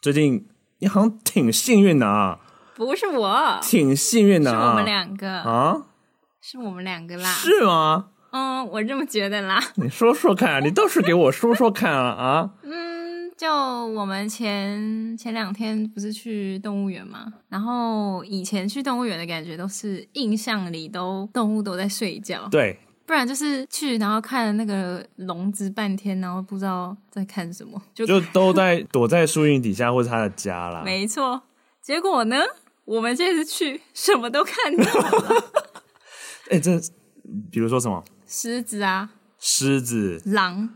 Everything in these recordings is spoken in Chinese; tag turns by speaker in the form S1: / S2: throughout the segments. S1: 最近你好像挺幸运的啊，
S2: 不是我，
S1: 挺幸运
S2: 是
S1: 的啊。
S2: 我们两个，
S1: 啊，
S2: 是我们两个啦。
S1: 是吗？
S2: 嗯，我这么觉得啦。
S1: 你说说看，你倒是给我说说看啊啊！
S2: 嗯，就我们前前两天不是去动物园嘛，然后以前去动物园的感觉都是印象里都动物都在睡觉，
S1: 对，
S2: 不然就是去然后看那个笼子半天，然后不知道在看什么，就
S1: 就都在躲在树荫底下或者他的家啦。
S2: 没错。结果呢，我们这次去什么都看到 了，
S1: 哎，这比如说什么
S2: 狮子啊，
S1: 狮子
S2: 狼，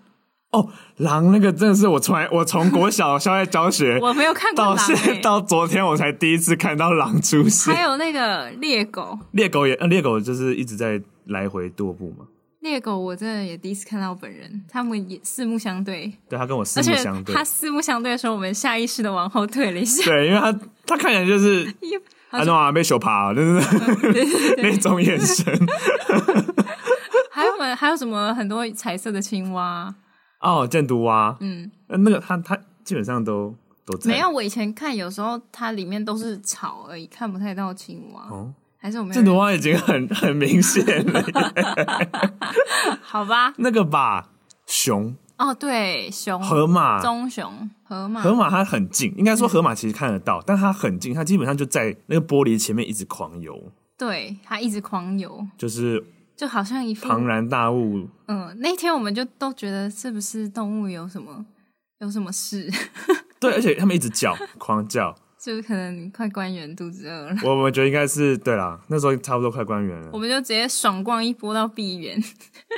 S1: 哦，狼那个真的是我从来我从国小校外教学
S2: 我没有看过
S1: 到
S2: 狼、
S1: 现
S2: 欸。
S1: 到昨天我才第一次看到狼出
S2: 还
S1: 现。
S2: 有那个猎狗，
S1: 猎狗也呃猎狗就是一直在来回踱步嘛，
S2: 猎狗我真的也第一次看到本人，他们也四目相对，
S1: 对，它跟我四
S2: 而
S1: 目
S2: 且
S1: 相对
S2: 他。四目相对的时候，我们下意识的往后退了一 下，
S1: 对，因为它它看起来就是
S2: 又好
S1: 安诺啊被手 爬，就是那种眼神
S2: 还有们还有什么很多彩色的青蛙，
S1: 哦，箭毒蛙，
S2: 嗯，
S1: 呃那个它它基本上都都在
S2: 没有。我以前看有时候它里面都是草而已，看不太到青蛙，
S1: 哦
S2: 还是我没有
S1: 箭毒蛙已经很很明显 了，
S2: 好吧？
S1: 那个吧，熊、
S2: 哦，对，熊、
S1: 河马、
S2: 棕熊、河马，
S1: 河马它很近，应该
S2: 嗯
S1: 说河马其实看得到，但它很近，它基本上就在那个玻璃前面一直狂游，
S2: 对，它一直狂游，
S1: 就是
S2: 就好像一副
S1: 庞然大物。
S2: 嗯，那天我们就都觉得是不是动物有什么有什么事，
S1: 对，而且它们一直叫，狂叫。
S2: 就是可能快官员肚子饿了，
S1: 我我觉得应该是对啦，那时候差不多快关园
S2: 我
S1: 了，
S2: 们就直接爽逛一波到闭园。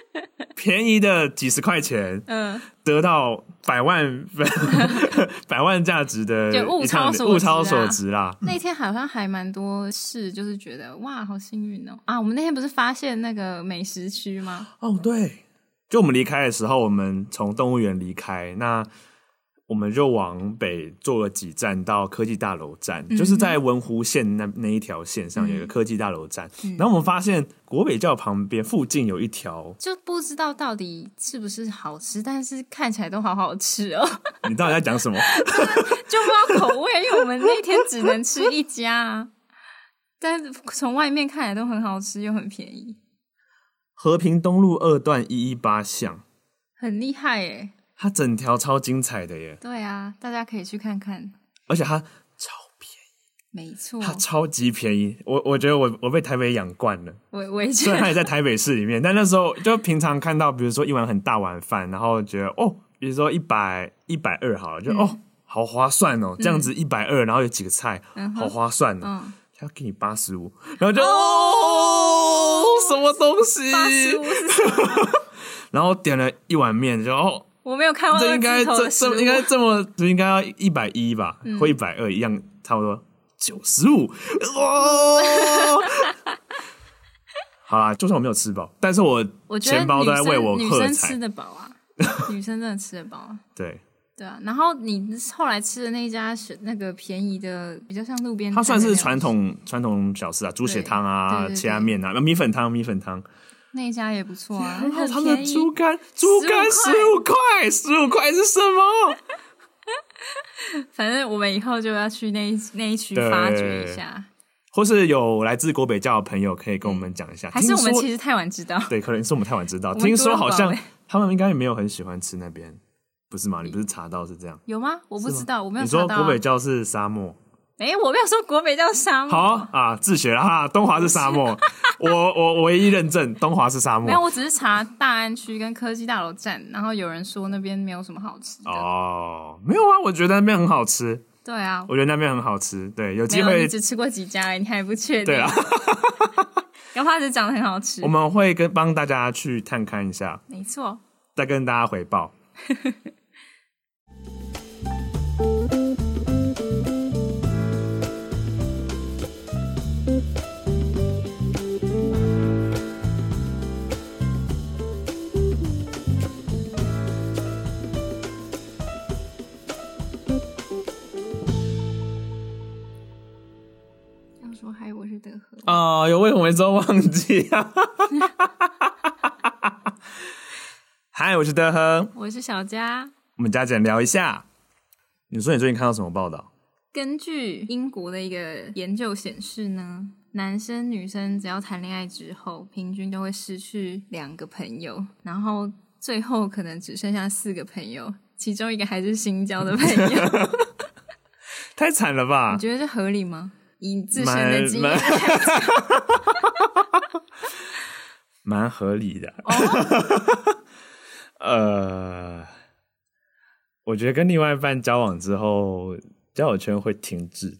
S1: 便宜的几十块钱
S2: 嗯，
S1: 得到百 万百万价值的
S2: 就物
S1: 一趟
S2: 超所值啊
S1: 物超所值啦。
S2: 那天好像还蛮多事，就是觉得哇，好幸运哦啊！我们那天不是发现那个美食区吗？
S1: 哦，对，就我们离开的时候，我们从动物园离开，那我们就往北坐了几站到科技大楼站，
S2: 嗯
S1: 就是在文湖线那那一条线上有一个科技大楼站。
S2: 嗯
S1: 然后我们发现国北教旁边附近有一 条，
S2: 就不知道到底是不是好吃，但是看起来都好好吃哦，
S1: 你到底在讲什么？
S2: 就不知道口味，因为我们那天只能吃一家啊。但是从外面看来都很好吃，又很便宜，
S1: 和平东路二段一一八巷，
S2: 很厉害耶！
S1: 它整条超精彩的耶，
S2: 对啊，大家可以去看看，
S1: 而且它超便宜，
S2: 没错，
S1: 它超级便宜。我我觉得我我被台北养惯了。
S2: 我我也觉
S1: 虽然
S2: 得
S1: 它也在台北市里面，但那时候就平常看到，比如说一碗很大碗饭，然后觉得哦，比如说一百一百二好了，就、
S2: 嗯
S1: 哦好划算哦，这样子一百二，然后有几个菜，好划算哦，
S2: 嗯，
S1: 他、给你八十五，然后就哦什么东西，
S2: 八十五是什么
S1: 然后点了一碗面，就哦
S2: 我没有看过
S1: 这应该
S2: 二字头
S1: 这
S2: 的食物
S1: 这应该这么应该要一百一吧，
S2: 嗯
S1: 或一百二一样，差不多九十五 哦。好啦，就算我没有吃饱，但是我
S2: 我觉得
S1: 钱包都在为我
S2: 女生
S1: 喝
S2: 女生吃
S1: 彩。
S2: 得饱啊，女生真的吃得饱啊，
S1: 对，
S2: 对啊。然后你后来吃的那一家是那个便宜的，比较像路边摊的那种，
S1: 它算是传统传统小吃啊，猪血汤
S2: 对
S1: 啊、
S2: 对对
S1: 切拉面啊、米粉汤、米粉汤，
S2: 那一家也不 错啊，
S1: 然后
S2: 很
S1: 他
S2: 便
S1: 们的
S2: 宜。
S1: 猪肝，猪肝十五
S2: 15
S1: 块，十五块是什么？
S2: 反正我们以后就要去那一那一区
S1: 对
S2: 发掘一下，
S1: 或是有来自国北教的朋友可以跟我们讲一下，
S2: 还是我
S1: 听
S2: 们
S1: 说
S2: 其实太晚知道。
S1: 对，可能是我们太晚知道。
S2: 们
S1: 听说
S2: 多
S1: 好
S2: 了
S1: 像
S2: 宝贝
S1: 他们应该也没有很喜欢吃那边，不是吗？你不是查到是这样？
S2: 有吗？我不知道，我没有
S1: 你
S2: 查
S1: 说
S2: 到
S1: 国
S2: 啊。
S1: 北教是沙漠，
S2: 哎，我没有说国北叫沙漠，
S1: 好啊，自学了哈。东华是沙 漠，我我唯一认证东华是沙
S2: 没有，
S1: 漠。
S2: 我只是查大安区跟科技大楼站，然后有人说那边没有什么好吃的。
S1: 哦，没有啊，我觉得那边很好吃，
S2: 对啊，
S1: 我觉得那边很好吃。对，有
S2: 没
S1: 机
S2: 有，
S1: 会
S2: 你，只吃过几家而已，你还不 确定。
S1: 对啊，
S2: 杨花子长得很好吃
S1: 我，们会跟帮大家去探勘一下，
S2: 没错。
S1: 再跟大家回报。
S2: 要说嗨，我是德和，
S1: 啊、有为什么都忘记啊？ 嗨，我是德亨，
S2: 我是小佳，
S1: 我们加减聊一下。你说你最近看到什么报道？
S2: 根据英国的一个研究显示呢，男生女生只要谈恋爱之后，平均都会失去两个朋友，然后最后可能只剩下四个朋友，其中一个还是新交的朋友。
S1: 太惨了吧
S2: 你！觉得这合理吗？以自身
S1: 蛮
S2: 的经验
S1: 蛮，蛮合理的。
S2: 哦
S1: 呃，我觉得跟另外一半交往之后，交友圈会停滞。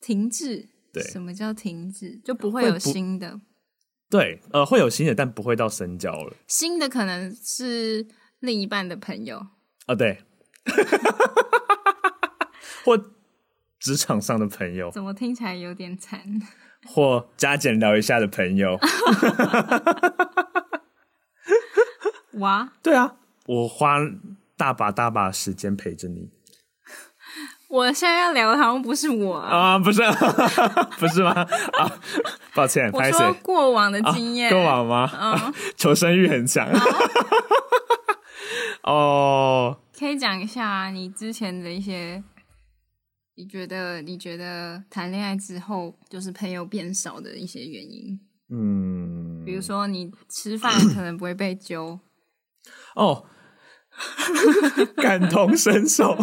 S2: 停 滞。
S1: 对
S2: 什么叫停滞？就不会
S1: 会
S2: 有
S1: 不
S2: 新的，
S1: 对，呃，会有新的，但不会到深交了。
S2: 新的可能是另一半的朋友，
S1: 啊， 对，或职场上的朋友，
S2: 怎么听起来有点惨？
S1: 或加减聊一下的朋友。
S2: 哇，
S1: 对啊，我花大把大把时间陪着你
S2: 我现在要聊的好像不是我啊，
S1: 啊，不是， 不是吗？啊，抱歉，
S2: 我
S1: 拍谁哦
S2: 说？嗯过往的经验，
S1: 够网吗？ 求生欲很强。 哦，
S2: 可以讲一下你之前的一些，你觉得你觉得谈恋爱之后就是朋友变少的一些原因，
S1: 嗯，
S2: 比如说你吃饭可能不会被揪，
S1: 哦，感同身 受。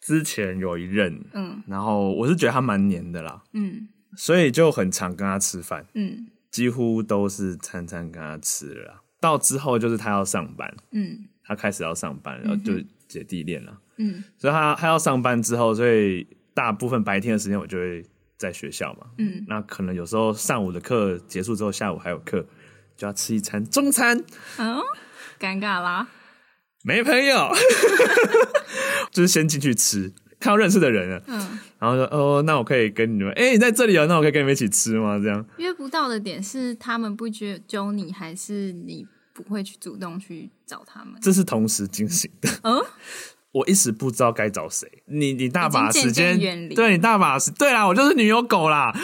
S1: 之前有一任，
S2: 嗯
S1: 然后我是觉得他蛮黏的啦，
S2: 嗯
S1: 所以就很常跟他吃饭，
S2: 嗯
S1: 几乎都是餐餐跟他吃了啦。到之后就是他要上班，
S2: 嗯
S1: 他开始要上班，然后就姐弟恋了。
S2: 嗯
S1: 所以他他要上班之后，所以大部分白天的时间我就会在学校嘛。
S2: 嗯，
S1: 那可能有时候上午的课结束之后，下午还有课，就要吃一餐中餐，
S2: 嗯，尴尬啦，
S1: 没朋友， 就是先进去吃，看到认识的人了，
S2: 嗯，
S1: 然后说哦，那我可以跟你们，哎、你在这里哦，那我可以跟你们一起吃吗？这样
S2: 约不到的点是他们不揪揪你，还是你不会去主动去找他们？
S1: 这是同时进行的。
S2: 嗯，
S1: 我一时不知道该找谁，你你大把
S2: 已经
S1: 时
S2: 渐渐
S1: 间，
S2: 远离
S1: 对你大把时，对啦，我就是女友狗啦，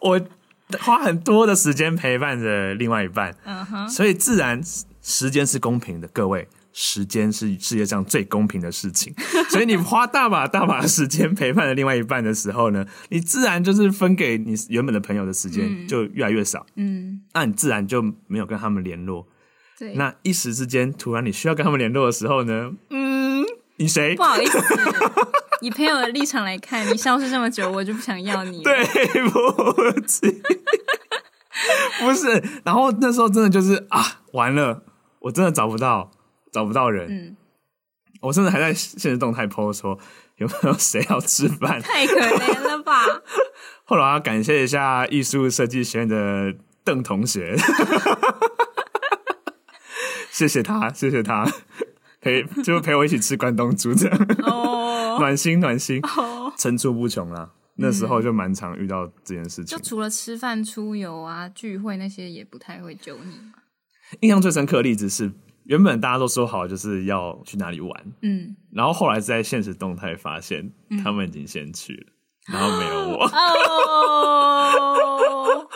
S1: 我花很多的时间陪伴着另外一半，
S2: 嗯哼，
S1: 所以自然时间是公平的，各位，时间是世界上最公平的事情。 所以你花大把大把的时间陪伴了另外一半的时候呢，你自然就是分给你原本的朋友的时间就越来越少，
S2: 嗯，
S1: 那你自然就没有跟他们联络。
S2: 对，
S1: 那一时之间，突然你需要跟他们联络的时候呢，嗯，你谁
S2: 不？好意思，以朋友的立场来看，你消失这么久，我就不想要你了。
S1: 对不起， 不是。然后那时候真的就是啊，完了，我真的找不到，找不到人。
S2: 嗯
S1: 我甚至还在现实动态 PO 说有没有谁要吃饭。
S2: 太可怜了吧！
S1: 后来我要感谢一下艺术设计学院的邓同学， 谢谢他，谢谢他，陪就陪我一起吃关东煮这样，
S2: 哦、
S1: 暖心暖心，
S2: 哦，嗯
S1: 层出不穷啦。那时候就蛮常遇到这件事情
S2: 就，除了吃饭、出游啊、聚会那些，也不太会揪你嘛。
S1: 印象最深刻的例子是，原本大家都说好就是要去哪里玩，
S2: 嗯，
S1: 然后后来在现实动态发现他们已经先去了，然后没有 我。
S2: 哦，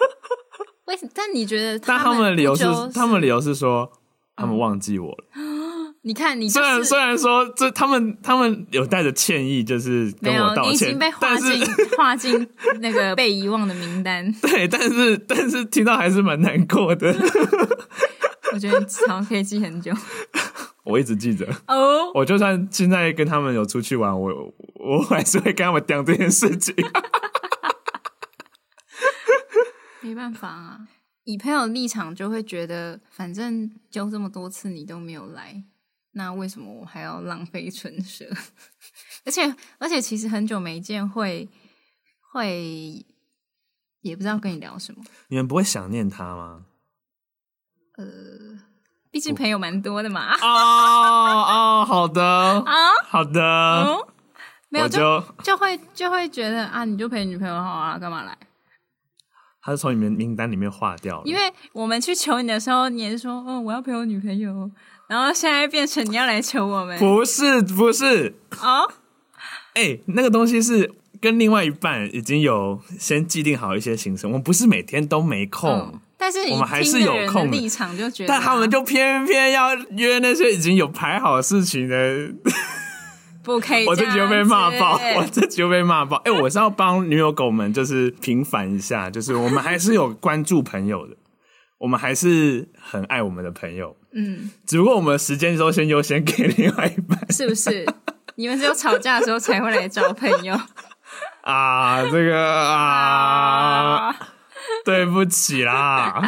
S2: 为什？但你觉得
S1: 但
S2: 他
S1: 他们的理由是
S2: 不揪，
S1: 他们理由是说他们忘记我了。
S2: 你看你
S1: 虽
S2: 就
S1: 然虽
S2: 是
S1: 然说这他们他们有带着歉意，就是
S2: 没
S1: 跟
S2: 有
S1: 我，道
S2: 你已
S1: 歉
S2: 经被，划
S1: 但
S2: 进
S1: 是
S2: 划进那个被遗忘的名单。
S1: 对，但是但是听到还是蛮难过 的。
S2: 我觉得你好像可以记很久。
S1: 我一直记着，
S2: 哦，
S1: 我就算现在跟他们有出去玩，我我还是会跟他们讲这件事情。
S2: 没办法啊， 以朋友立场就会觉得，反正揪这么多次你都没有来，那为什么我还要浪费唇舌？ 而且而且，其实很久没见会会也不知道跟你聊什么，
S1: 你们不会想念他吗？
S2: 毕竟朋友蛮多的嘛。啊
S1: 哦哦，好的，
S2: 啊，
S1: 好的，
S2: 嗯， 没有
S1: 我
S2: 就
S1: 就
S2: 就会就会觉得啊，你就陪女朋友好啊，干嘛来？
S1: 他就从你们名单里面划掉了，
S2: 因为我们去求你的时候，你也是说，嗯，我要陪我女朋友，然后现在变成你要来求我们
S1: 不是不是，
S2: 哦。
S1: 哎、那个东西是跟另外一半已经有先既定好一些行程，我们不是每天都没空，
S2: 嗯啊但是你
S1: 我们还
S2: 听
S1: 是
S2: 的
S1: 有
S2: 人的
S1: 空的
S2: 立场就觉得，
S1: 但他们就偏偏要约那些已经有排好事情的，
S2: 不可以，
S1: 我这集又被骂爆，我。这集又被骂爆。哎、我是要帮女友狗们就是平反一下，就是我们还是有关注朋友的，我们还是很爱我们的朋友，
S2: 嗯，
S1: 只不过我们时间都先优先给另外一半
S2: 是不是？你们只有吵架的时候才会来找朋友
S1: 啊，这个 啊，
S2: 啊！
S1: 对不起啦，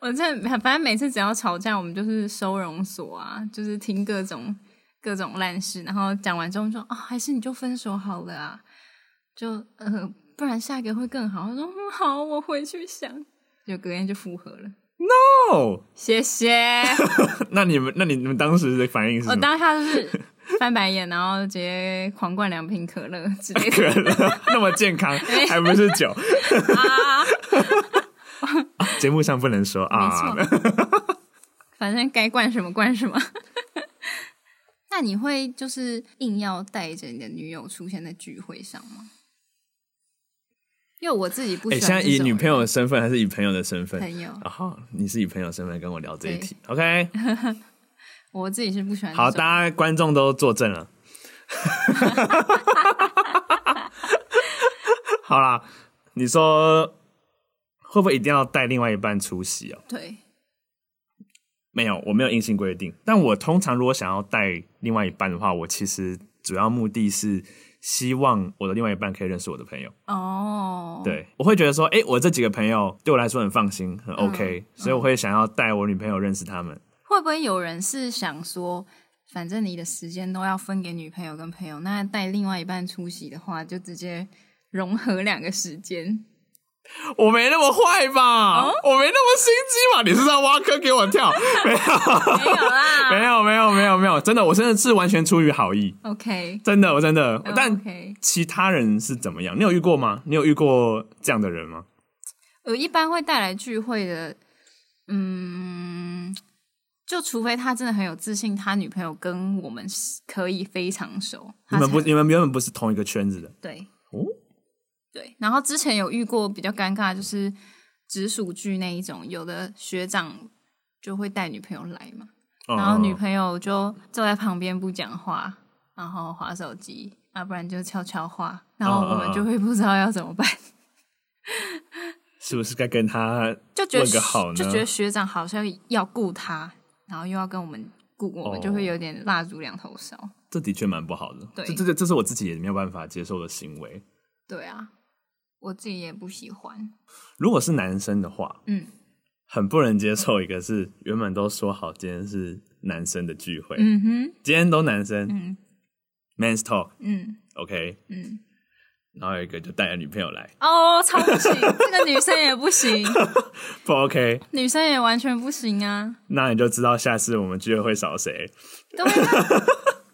S2: 我这反正每次只要吵架，我们就是收容所啊，就是听各种各种烂事，然后讲完之后我们说啊，还是你就分手好了啊，就呃，不然下一个会更好。我说嗯好，我回去想。就隔天就复合了，
S1: 哦，
S2: 谢谢。
S1: 那你们那你们当时的反应是
S2: 我
S1: 什么？
S2: 当下就是翻白眼，然后直接狂灌两瓶可乐之 类
S1: 可
S2: 的
S1: 乐那么健康，还不是酒？
S2: 啊，
S1: 节目上不能说啊。
S2: 没错，反正该灌什么灌什么。 那你会就是硬要带着你的女友出现在聚会上吗？因为我自己不
S1: 哎、
S2: 喜
S1: 现
S2: 欢、
S1: 在以女朋友的身份还是以朋友的身份？
S2: 朋友
S1: 啊哈，你是以朋友身份跟我聊这一题，OK？
S2: 我自己是不喜欢这种。
S1: 好，大家观众都作证了。 好啦，你说会不会一定要带另外一半出席哦？
S2: 对，
S1: 没有，我没有硬性规定。但我通常如果想要带另外一半的话，我其实主要目的是希望我的另外一半可以认识我的朋友。
S2: 哦，，
S1: 对，我会觉得说，哎、我这几个朋友对我来说很放心，很 OK，、所以我会想要带我女朋友认识他们。
S2: 会不会有人是想说，反正你的时间都要分给女朋友跟朋友，那带另外一半出席的话，就直接融合两个时间？
S1: 我没那么坏吧？
S2: 啊
S1: 我没那么心机吧？你是在挖坑给我 跳？没有，
S2: 没有啦，
S1: 没有，没有，没有，没有，真的，我真的是完全出于好意，
S2: OK，
S1: 真的，我真的。
S2: 嗯
S1: 哦但
S2: OK
S1: 其他人是怎么样？你有遇过吗？你有遇过这样的人吗？
S2: 我呃一般会带来聚会的，嗯，就除非他真的很有自信，他女朋友跟我们是可以非常熟，
S1: 你们不，
S2: 他才
S1: 你们原本不是同一个圈子的
S2: 对
S1: 哦？
S2: 对。然后之前有遇过比较尴尬，就是直属剧那一种，有的学长就会带女朋友来嘛，
S1: 哦
S2: 然后女朋友就坐在旁边不讲话，然后划手机，要、不然就悄悄话，然后我
S1: 嗯嗯
S2: 们
S1: 嗯
S2: 就会不知道要怎么办。
S1: 是不是该跟他
S2: 就觉得
S1: 问个好呢
S2: 就觉得学长好像要顾他，然后又要跟我们顾，我们
S1: 哦
S2: 就会有点蜡烛两头烧。
S1: 这的确蛮不好的，
S2: 对
S1: 这这这这是我自己也没有办法接受的行为。
S2: 对啊，我自己也不喜欢。
S1: 如果是男生的话，
S2: 嗯
S1: 很不能接受一个是原本都说好今天是男生的聚会，
S2: 嗯哼，
S1: 今天都男生、
S2: 嗯
S1: m a n s talk
S2: 嗯
S1: OK，
S2: 嗯，
S1: 然后有一个就带着女朋友来，
S2: 哦，超不行，这个女生也 不行，
S1: 不 OK，
S2: 女生也完全不行啊。
S1: 那你就知道下次我们聚会会少谁。
S2: 对啊，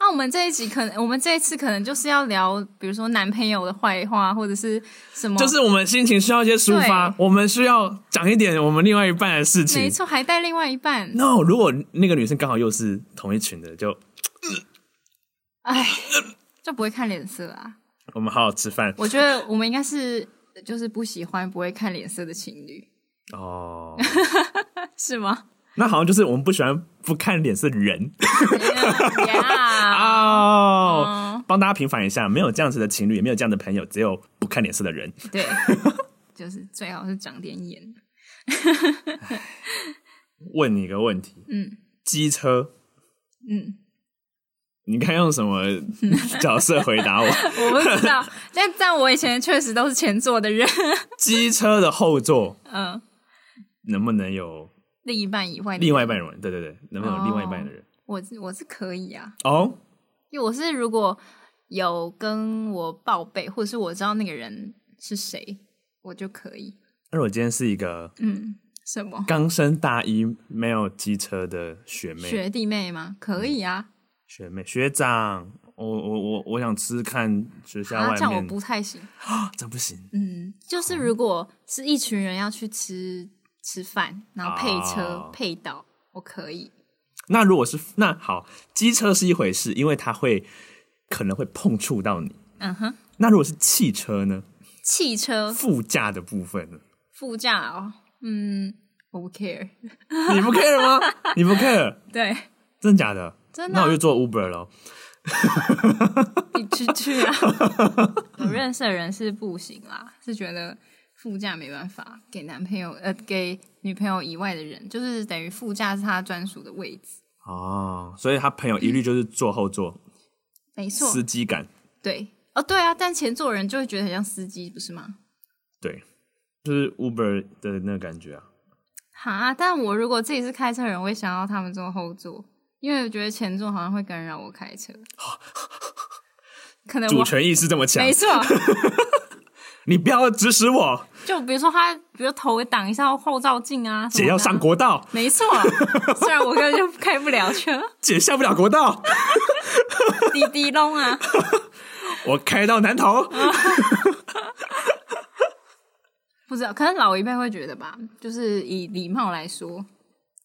S2: 那我们这一集可能，我们这一次可能就是要聊，比如说男朋友的坏话，或者是什么，
S1: 就是我们心情需要一些抒发，我们需要讲一点我们另外一半的事
S2: 没
S1: 情。
S2: 错，还带另外一半。
S1: No，如果那个女生刚好又是同一群的，就
S2: 哎，就不会看脸色啊。
S1: 我们好好吃饭
S2: 我觉得我们应该是就是不喜欢不会看脸色的情侣，
S1: 哦。
S2: 是吗？
S1: 那好像就是我们不喜欢不看脸色的 人
S2: 哎呀，
S1: 哦。
S2: 嗯，
S1: 帮大家平反一下，没有这样子的情侣，也没有这样的朋友，只有不看脸色的人。
S2: 对，就是最好是长点眼。
S1: 问你一个问题，
S2: 嗯
S1: 机车，
S2: 嗯，
S1: 你看用什么 角色回答我？
S2: 我不知道，但但我以前确实都是前座的人，
S1: 机车的后座
S2: 嗯，
S1: 能不能有
S2: 另一半以外的人，
S1: 另外一半人？对对对，能不能有另外一半的人？
S2: 我是我是可以啊，
S1: 哦，
S2: 因为我是如果有跟我报备，或者是我知道那个人是谁，我就可以。
S1: 那如果今天是一个
S2: 嗯，什么
S1: 刚升大一没有机车的学妹、嗯
S2: 学弟妹吗？可以啊，
S1: 学妹、学长，我我我我想吃看学校
S2: 啊，
S1: 外
S2: 这样我
S1: 面，啊
S2: 不太行。
S1: 这不行。
S2: 嗯，就是如果是一群人要去吃吃饭，然后配车、
S1: 哦
S2: 配到，我可以。
S1: 那如果是那好，机车是一回事，因为它会可能会碰触到你。
S2: 嗯哼，
S1: 那如果是汽车呢？
S2: 汽车
S1: 副驾的部分呢？
S2: 副驾哦，嗯，我不 care。
S1: 你不 care 吗？ 你不 care？
S2: 对，
S1: 真的假的？
S2: 真的
S1: 那
S2: 啊、
S1: 我就做 Uber 咯。
S2: 你去去啊！ 我认识的人是不行啦，是觉得副驾没办法给男朋友呃给女朋友以外的人，就是等于副驾是他专属的位置。
S1: 哦，所以他朋友一律就是坐后座，
S2: 没错，
S1: 司机感。
S2: 对哦，对啊，但前座人就会觉得很像司机，不是吗？
S1: 对，就是 Uber 的那个感觉啊。
S2: 哈，但我如果自己是开车人，我也想要他们坐后座，因为我觉得前座好像会干扰我开车。可能
S1: 主
S2: 我
S1: 权意识这么强
S2: 没，错，
S1: 你不要指使我，
S2: 就比如说他，比如头挡一下后照镜啊，什么
S1: 姐
S2: 的
S1: 要
S2: 啊
S1: 上国 道，
S2: 没错，虽然我根本就开不了车，
S1: 姐下不了国道，
S2: 滴滴隆啊，
S1: 我开到南 头。
S2: 不知道，可能老一辈会觉得吧，就是以礼貌来说，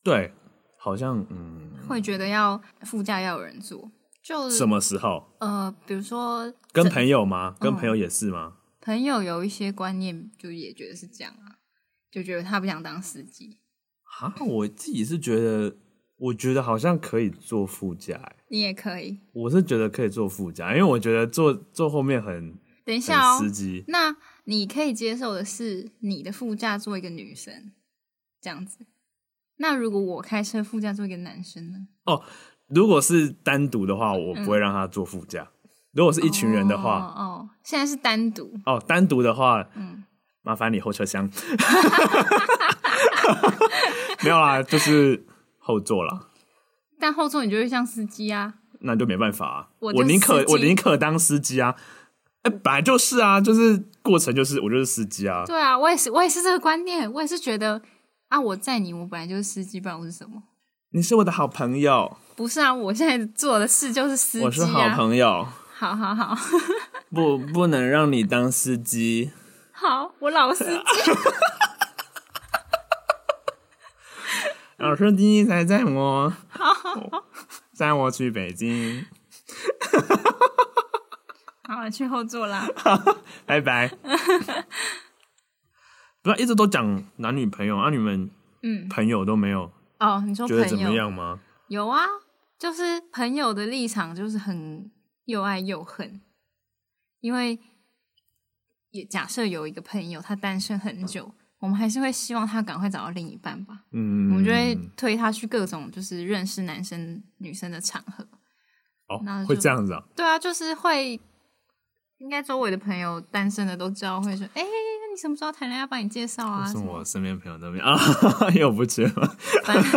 S1: 对，好像嗯，
S2: 会觉得要副驾要有人坐，就是
S1: 什么时候
S2: 呃，比如说
S1: 跟朋友
S2: 嗯
S1: 吗？跟朋友也是吗？
S2: 朋友有一些观念，就也觉得是这样啊，就觉得他不想当司机。
S1: 啊，我自己是觉得，我觉得好像可以坐副驾、欸，
S2: 你也可以，
S1: 我是觉得可以坐副驾，因为我觉得坐坐后面很
S2: 等一下
S1: 很
S2: 哦
S1: 司。机。
S2: 那你可以接受的是，你的副驾做一个女生，这样子。那如果我开车副驾做一个男生呢？
S1: 如果是单独的话，我不会让他坐副驾；如果是一群人的话，
S2: 嗯哦，哦现在是单独，
S1: 哦单独的话，
S2: 嗯
S1: 麻烦你后车厢。 没有啦，就是后座啦，
S2: 但后座你就会像司机啊。
S1: 那就没办法、啊。
S2: 我
S1: 我
S2: 就
S1: 宁可
S2: 司机
S1: 我宁可当司机啊！哎、本来就是啊，就是过程就是我就是司机啊。
S2: 对啊，我也是，我也是这个观念，我也是觉得啊，我载你，我本来就是司机，不然我是什么？
S1: 你是我的好朋友，
S2: 不是啊，我现在做的事就是司机啊。
S1: 我是好朋友，
S2: 好好好。
S1: 不不能让你当司机。
S2: 好，我老司机。
S1: 老师今天才载 我，载我去北京，
S2: 好，去后座啦。
S1: 拜拜。 不要一直都讲男女朋友啊，你们
S2: 嗯，
S1: 朋友都没有
S2: 哦，你说
S1: 觉得怎么
S2: 朋友
S1: 样吗？
S2: 有啊？就是朋友的立场就是很又爱又恨，因为也假设有一个朋友他单身很久，我们还是会希望他赶快找到另一半吧。
S1: 嗯，
S2: 我们就会推他去各种就是认识男生女生的场合。那
S1: 哦，会
S2: 就
S1: 这样子啊？
S2: 对啊，就是会，应该周围的朋友单身的都知道，会说：“哎、那你什么时候谈恋爱？帮你介绍啊。”
S1: 是
S2: 什么
S1: 我身边朋友都没有啊， 因为我不缺，
S2: 反正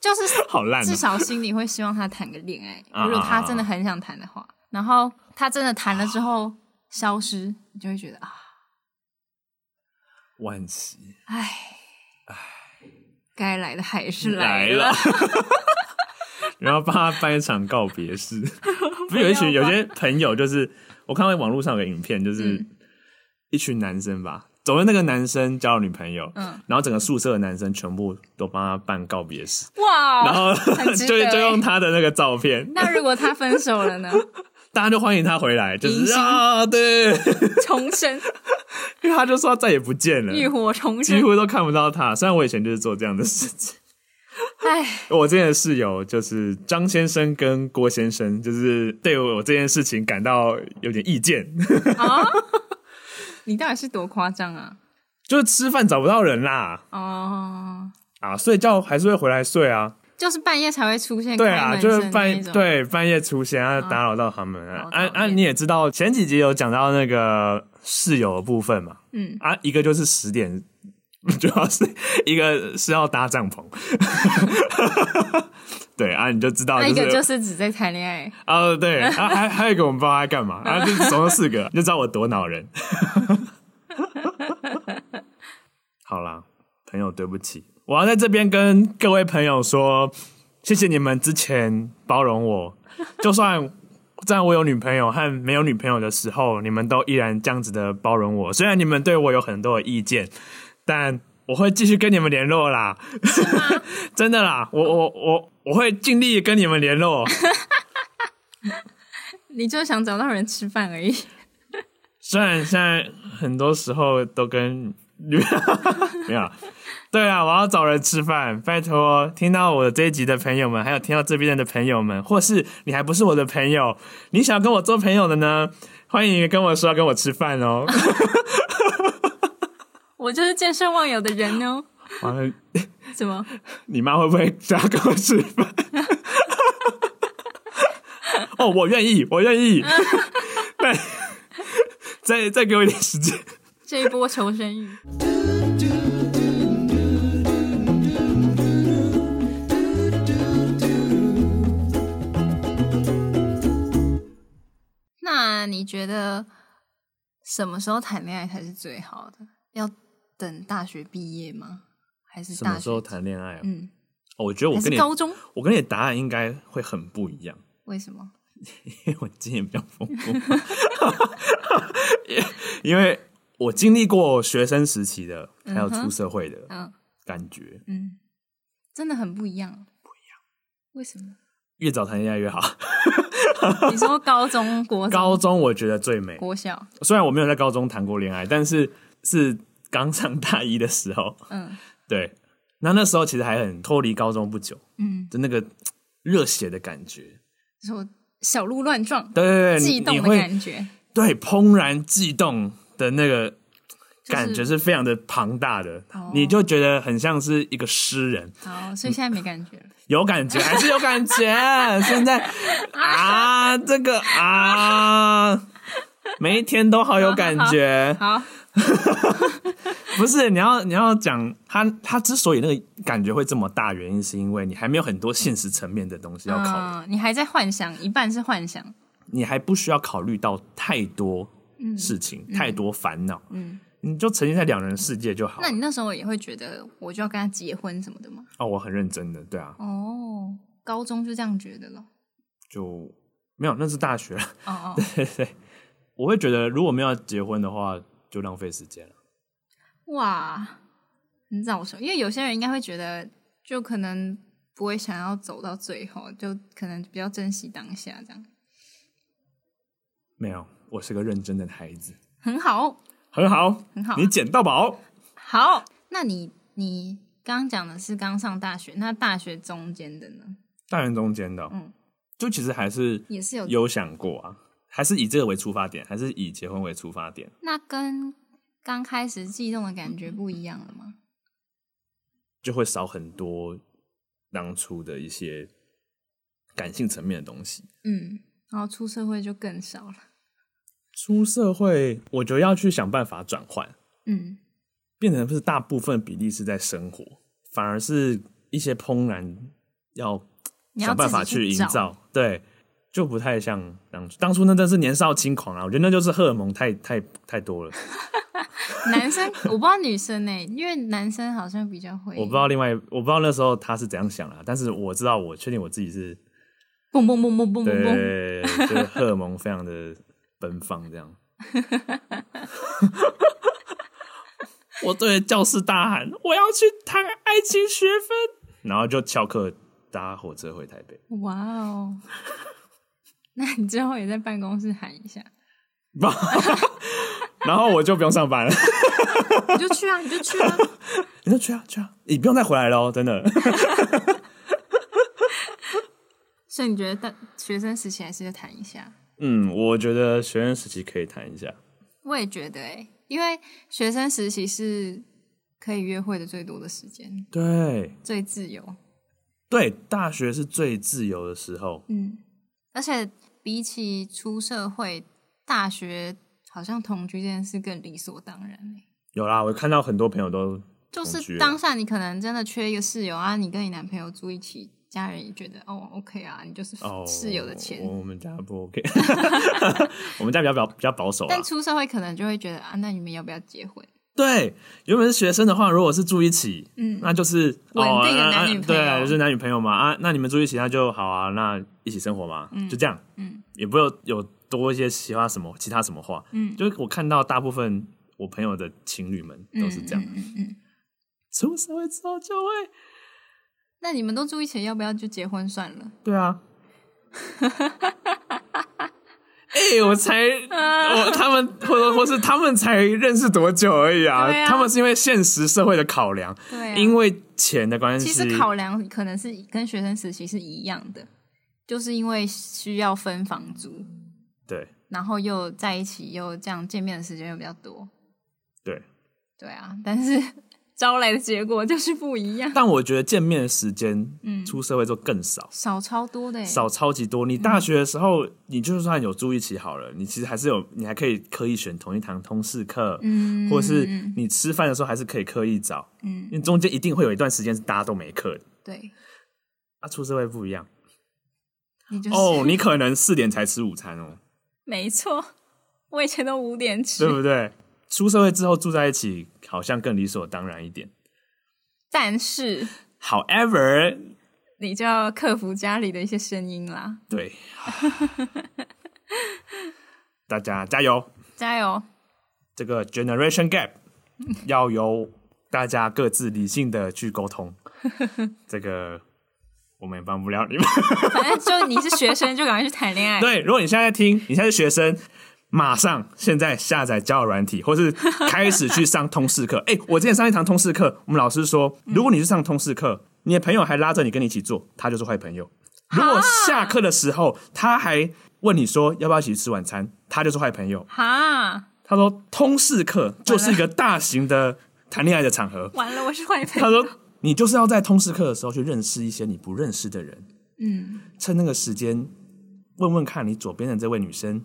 S2: 就是
S1: 好烂啊
S2: 至！少心里会希望他谈个恋爱。
S1: 啊
S2: 如果他真的很想谈的话，然后他真的谈了之后消失，你就会觉得啊，
S1: 惋惜
S2: 唉唉，该来的还是
S1: 来
S2: 了。，
S1: 然后帮他办一场告别 式。不是有一群
S2: 不
S1: 有
S2: 要吧
S1: 些朋友，就是我看到网络上有个影片，就是
S2: 嗯
S1: 一群男生吧，总之那个男生交了女朋友，
S2: 嗯
S1: 然后整个宿舍的男生全部都帮他办告别式，然
S2: 哇！
S1: 后
S2: 哦很值
S1: 就
S2: 得
S1: 就
S2: 欸
S1: 用他的那个照片，
S2: 那如果他分手了呢？
S1: 大家就欢迎他回来，就
S2: 迎
S1: 是
S2: 新
S1: 啊，对，
S2: 重生，
S1: 因为他就说他再也不见了，
S2: 浴火 重
S1: 几
S2: 生。
S1: 乎都看不到他。虽然我以前就是做这样的事情。
S2: 唉，
S1: 我之前的室友就是张先生跟郭先生，就是对我这件事情感到有点意见，
S2: 你到底是多夸张啊？
S1: 就是吃饭找不到人啦，
S2: 哦，
S1: 啊，睡觉还是会回来睡啊，
S2: 就是半夜才会出现
S1: 对
S2: 开
S1: 啊，
S2: 门
S1: 就是
S2: 声那
S1: 半
S2: 一种，哦
S1: 对半夜出现啊，打扰到他们啊
S2: 好，讨
S1: 啊
S2: 厌
S1: 啊，你也知道前几集有讲到那个室友的部分嘛，
S2: 嗯，
S1: 啊，一个就是十点， 主要是一个是要搭帐篷， 对啊，你就知道
S2: 那
S1: 就
S2: 一个
S1: 是
S2: 就是只在谈恋爱，
S1: 啊，对，啊还还有一个我们不知道他干嘛，啊，就总共四个，你就知道我多恼人。好啦，朋友，对不起，我要在这边跟各位朋友说，谢谢你们之前包容我，就算在我有女朋友和没有女朋友的时候，你们都依然这样子的包容我。虽然你们对我有很多的意见，但我会继续跟你们联络啦。 真的啦，我我我我会尽力跟你们联络。
S2: 你就想找到人吃饭而已。
S1: 虽然现在很多时候都跟 没有啦，对啊，我要找人吃饭，拜托！听到我这一集的朋友们，还有听到这边的朋友们，或是你还不是我的朋友，你想跟我做朋友的呢，欢迎跟我说要跟我吃饭 哦。
S2: 我就是见色忘友的人哦。
S1: 完了，
S2: 怎么？
S1: 你妈会不会想要跟我吃饭？ 哦，我愿意，我愿 意。但 再再给我一点时间。
S2: 这一波求生欲。那你觉得什么时候谈恋爱才是最好的？要等大学毕业吗？还是
S1: 什
S2: 大
S1: 么
S2: 学
S1: 时候谈恋爱啊？
S2: 嗯，
S1: 哦我觉得我
S2: 还
S1: 跟
S2: 是
S1: 你，
S2: 高中？
S1: 我跟你的答案应该会很不一样，
S2: 为什么？
S1: 因为我经验比较丰富，因为 我经历过学生时期的，还有
S2: 嗯
S1: 出
S2: 哼
S1: 社会的
S2: 嗯
S1: 感觉，
S2: 嗯，真的很不一样，不一样。为什么？
S1: 越早谈恋爱越好。
S2: 你说高中、国中、
S1: 高中我觉得最美，
S2: 国小？
S1: 虽然我没有在高中谈过恋爱，但是是刚上大一的时候，
S2: 嗯
S1: 对，那那时候其实还很脱离高中不久
S2: 嗯，
S1: 的那个热血的感觉，
S2: 你说小鹿乱撞，
S1: 对对对，你
S2: 悸动
S1: 你
S2: 的
S1: 会
S2: 感觉，
S1: 对怦然悸动的那个
S2: 就是
S1: 感觉是非常的庞大的，
S2: 哦
S1: 你就觉得很像是一个诗人，
S2: 好，所以现在没感觉了。
S1: 有感 觉还是有感觉，现在啊，这个啊。每一天都好有感觉，
S2: 好，
S1: 不是你要你要讲他他之所以那个感觉会这么大，原因是因为你还没有很多现实层面的东西要考虑，
S2: 嗯，你还在幻想，一半是幻想，
S1: 你还不需要考虑到太多事情、太多烦恼，
S2: 嗯，
S1: 你就沉浸在两人世界就好
S2: 那。你那时候也会觉得我就要跟他结婚什么的吗？
S1: 哦，我很认真的，对啊，
S2: 哦，高中就这样觉得了。
S1: 就没有，那是大学。
S2: 哦哦，
S1: 我会觉得，如果没有要结婚的话，就浪费时间了。
S2: 哇，很早熟，因为有些人应该会觉得，就可能不会想要走到最后，就可能比较珍惜当下，这样
S1: 没有，我是个认真的孩子，
S2: 很好，
S1: 很好，
S2: 很好啊，
S1: 你捡到宝。
S2: 好。那你你刚刚讲的是刚上大学，那大学中间的呢，
S1: 大人中间的哦，
S2: 嗯
S1: 就其实还是
S2: 也是有
S1: 有想过啊，还是以这个为出发点，还是以结婚为出发点，
S2: 那跟刚开始悸动的感觉不一样了吗？
S1: 就会少很多当初的一些感性层面的东西。
S2: 嗯，然后出社会就更少了。
S1: 出社会，我觉得要去想办法转换，
S2: 嗯
S1: 变成是大部分比例是在生活，反而是一些怦然要
S2: 你要
S1: 想办法
S2: 自己去
S1: 营
S2: 找
S1: 造，对，就不太像当初。当初那真是年少轻狂啊，我觉得那就是荷尔蒙太太太多了。
S2: 男生我不知道女生呢、因为男生好像比较会，
S1: 我不知道另外，我不知道那时候他是怎样想啊，但是我知道，我确定我自己是
S2: 蹦蹦蹦蹦蹦蹦蹦，
S1: 对， 就是荷尔蒙非常的奔放， 这样。我对着教室大喊：“我要去谈爱情学分！”然后就翘课搭火车回台北。
S2: 哇哦！ 那你之后也在办公室喊一下，
S1: 然后我就不用上班了。
S2: 你就去啊，你就去啊，
S1: 你说去啊去啊，你不用再回来喽，真 的。
S2: 所以你觉得大学生时期还是要谈一下？
S1: 嗯，我觉得学生时期可以谈一下。
S2: 我也觉得哎、因为学生时期是可以约会的最多的时间，
S1: 对
S2: 最自由。
S1: 对，大学是最自由的时候。
S2: 嗯，而且比起出社会，大学好像同居这件事更理所当然、欸、
S1: 有啦，我看到很多朋友都
S2: 就
S1: 同居啊
S2: 是
S1: 了
S2: 当下你可能真的缺一个室友啊，你跟你男朋友住一起，家人也觉得哦，OK 啊，你就是
S1: 哦，
S2: 室友的钱。
S1: 我我们家不 OK，我们家比较保比较保守啦
S2: 但。出社会可能就会觉得啊，那你们要不要结婚？
S1: 对，原本是学生的话，如果是住一起，
S2: 嗯
S1: 那就是
S2: 稳
S1: 哦
S2: 定的
S1: 那
S2: 男
S1: 那
S2: 女朋
S1: 对
S2: 友
S1: 啊，就是男女朋友嘛啊，那你们住一起那就好啊，那一起生活嘛，就这样，
S2: 嗯，
S1: 也不会有有多一些其他什么其他什么话，
S2: 嗯
S1: 就是我看到大部分我朋友的情侣们都是这样，
S2: 嗯嗯嗯嗯。
S1: 出社会之后就会，
S2: 那你们都住一
S1: 啊
S2: 起，要不要就结婚算了？
S1: 对啊。哎、我才
S2: 啊
S1: 我他们或者或是他们才认识多久而已啊
S2: 对啊
S1: 他们是因为现实社会的考量，
S2: 对啊，
S1: 因为钱的关系，
S2: 其实考量可能是跟学生时期是一样的，就是因为需要分房租，
S1: 对
S2: 然后又在一起，又这样见面的时间又比较多，
S1: 对。
S2: 对啊，但是 招来的结果就是不一样，
S1: 但我觉得见面的时间，
S2: 嗯
S1: 出社会之后更少，
S2: 少超多的耶，欸
S1: 少超级多。你大学的时候，你就算有住一起好了，你其实还是有，你还可以刻意选同一堂通识课，
S2: 嗯，
S1: 或是你吃饭的时候还是可以刻意找，
S2: 嗯
S1: 因为中间一定会有一段时间是大家都没课的。
S2: 对，
S1: 啊，出社会不一样
S2: 你就是、
S1: 哦，你可能四点才吃午餐哦，
S2: 没错，我以前都五点
S1: 对
S2: 吃，
S1: 不对？出社会之后住在一起，好像更理所当然一点。
S2: 但是
S1: However，
S2: 你就要克服家里的一些声音啦，
S1: 对， 大家加油！
S2: 加油！
S1: 这个 generation gap 要由大家各自理性的去沟通，这个我们也帮不了你们。
S2: 反正就你是学生，就赶快去谈恋爱，
S1: 对，如果你现在听，你现在是学生，马上现在下载交友软体，或是开始去上通识课。哎、 我之前上一堂通识课，我们老师说，如果你是上通识课，你的朋友还拉着你跟你一起做，他就是坏朋友。如果下课的时候他还问你说要不要一起吃晚餐，他就是坏朋友。
S2: 哈，
S1: 他说通识课就是一个大型的谈恋爱的场合。
S2: 完了，我是坏朋
S1: 他
S2: 友，
S1: 说你就是要在通识课的时候去认识一些你不认识的人。
S2: 嗯，
S1: 趁那个时间问问看你左边的这位女生，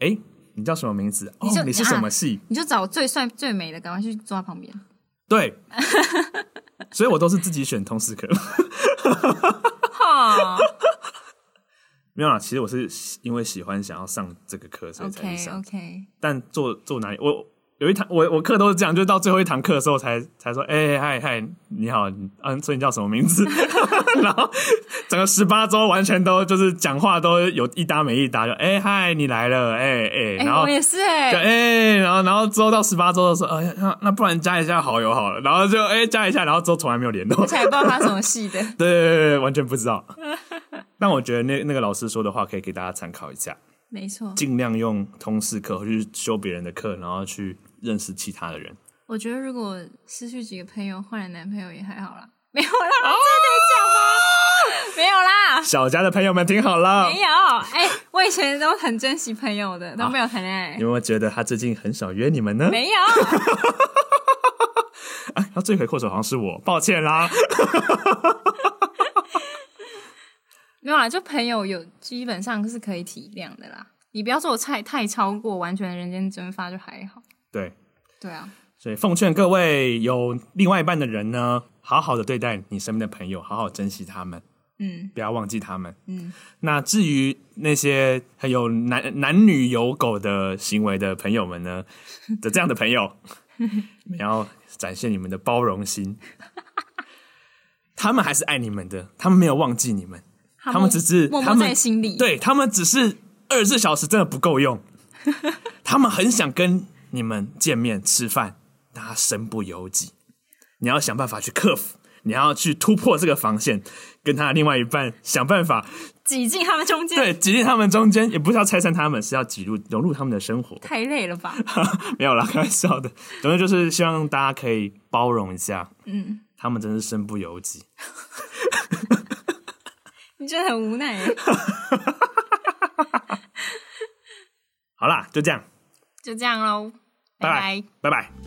S1: 哎、你叫什么名字？哦
S2: 你就，啊
S1: 你是什么系？
S2: 你就找最帅最美的，赶快去坐他旁边。
S1: 对，所以我都是自己选通识课。
S2: 哈
S1: 没有啦，其实我是喜因为喜欢想要上这个课，所以才去
S2: ，OK
S1: 上。
S2: OK，
S1: 但做做哪里？我有一堂我我课都是这样，就到最后一堂课的时候才才说，哎、嗨嗨，你好，嗯、啊，所以你叫什么名字？ 然后整个十八周完全都就是讲话都有一搭没一搭，就哎、嗨，你来了，哎、哎、
S2: 哎、
S1: 然后
S2: 我也是哎、
S1: 对，哎、然后然后之后到十八周的时候，哎、呀，那那不然加一下好友好了，然后就哎、加一下，然后之后从来没有联络
S2: 而，且还不知道他什么系的。
S1: 对对对对，完全不知 道。但我觉得那那个老师说的话可以给大家参考一下，
S2: 没错，
S1: 尽量用通识课或去修别人的课，然后去认识其他的人。
S2: 我觉得如果失去几个朋友，换了男朋友也还好啦。没有啦，我真的讲吗？没有啦，
S1: 小家的朋友们听好了，
S2: 没有。哎、我以前都很珍惜朋友的，都没啊有谈恋爱。
S1: 有没有觉得他最近很少约你们呢？
S2: 没有，
S1: 哎，他罪魁祸首好像是我，抱歉啦。
S2: 没有啦，就朋友有基本上是可以体谅的啦。你不要说我太太超过完全人间蒸发就还好。
S1: 对，
S2: 对啊，
S1: 所以奉劝各位有另外一半的人呢，好好的对待你身边的朋友，好好珍惜他们。
S2: 嗯
S1: 不要忘记他们。
S2: 嗯，
S1: 那至于那些很有男男女有狗的行为的朋友们呢，的这样的朋友，你们要展现你们的包容心，他们还是爱你们的，他们没有忘记你们，
S2: 他
S1: 他们只是
S2: 默
S1: 他
S2: 默
S1: 们
S2: 在心里。
S1: 对他们只是二十四小时真的不够用，他们很想跟你们见面吃饭，但他身不由己。你要想办法去克服，你要去突破这个防线，跟他另外一半想办法，
S2: 挤进他们中 间，
S1: 对，挤进他们中间，也不是要拆散他们，是要挤入融入他们的生活。
S2: 太累了吧？
S1: 没有啦，开玩笑的。总之就是希望大家可以包容一下，嗯，他们真是身不由己。
S2: 你真的很无奈耶。
S1: 好啦，就这样，
S2: 就这样喽，拜
S1: 拜拜，拜拜。